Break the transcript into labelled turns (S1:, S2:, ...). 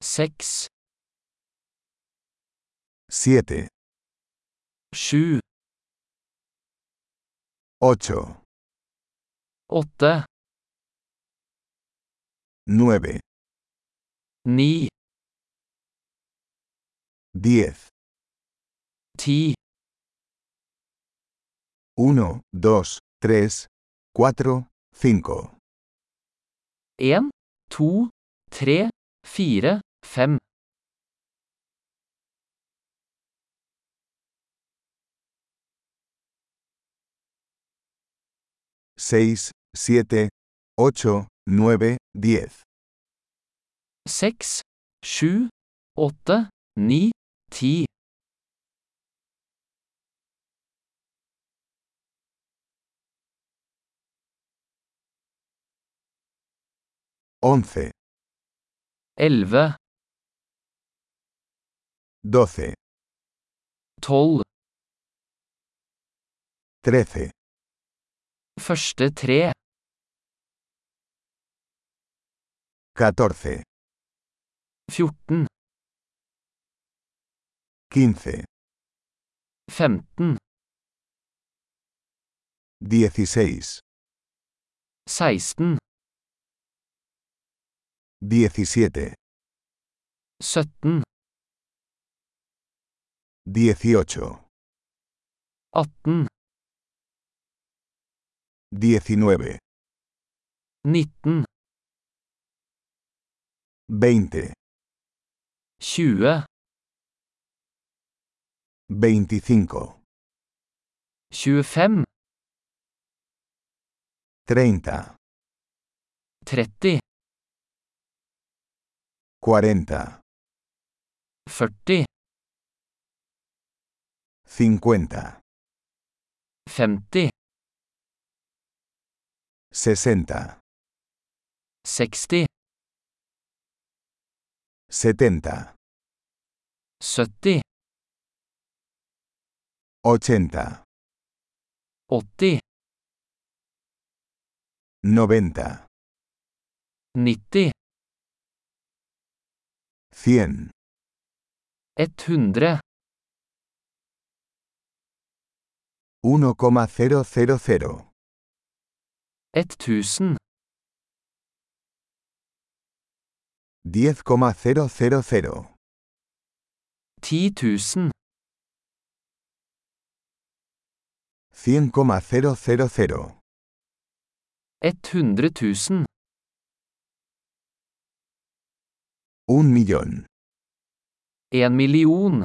S1: seks,
S2: 7,
S1: sju,
S2: 8,
S1: åtte,
S2: 9,
S1: ni,
S2: 10,
S1: ti,
S2: 1, 2, 3, 4, 5,
S1: en, to, tre, fire, fem.
S2: 6, 7, 8, 9, 10,
S1: Seks, sju, åtte, ni, ti.
S2: 11,
S1: Elleve,
S2: 12,
S1: tolv.
S2: 13,
S1: Første tre.
S2: 14,
S1: Fjorten.
S2: 15,
S1: Femten.
S2: 16,
S1: Seksten.
S2: 17,
S1: Søtten.
S2: 18,
S1: Atten.
S2: 19,
S1: Nitten.
S2: 20,
S1: Tjue.
S2: 25,
S1: Tjuefem.
S2: 30.
S1: Tretti.
S2: 40,
S1: Førti.
S2: 50,
S1: Femti.
S2: 60,
S1: Seksti.
S2: 70,
S1: Sytti.
S2: 80,
S1: Åtti.
S2: 90,
S1: Nitti.
S2: 100,
S1: Ett hundre.
S2: 1,000,
S1: Ett tusen.
S2: 10,000,
S1: Ti tusen.
S2: 100,000,
S1: Ett hundre tusen.
S2: 1 millón.
S1: En million.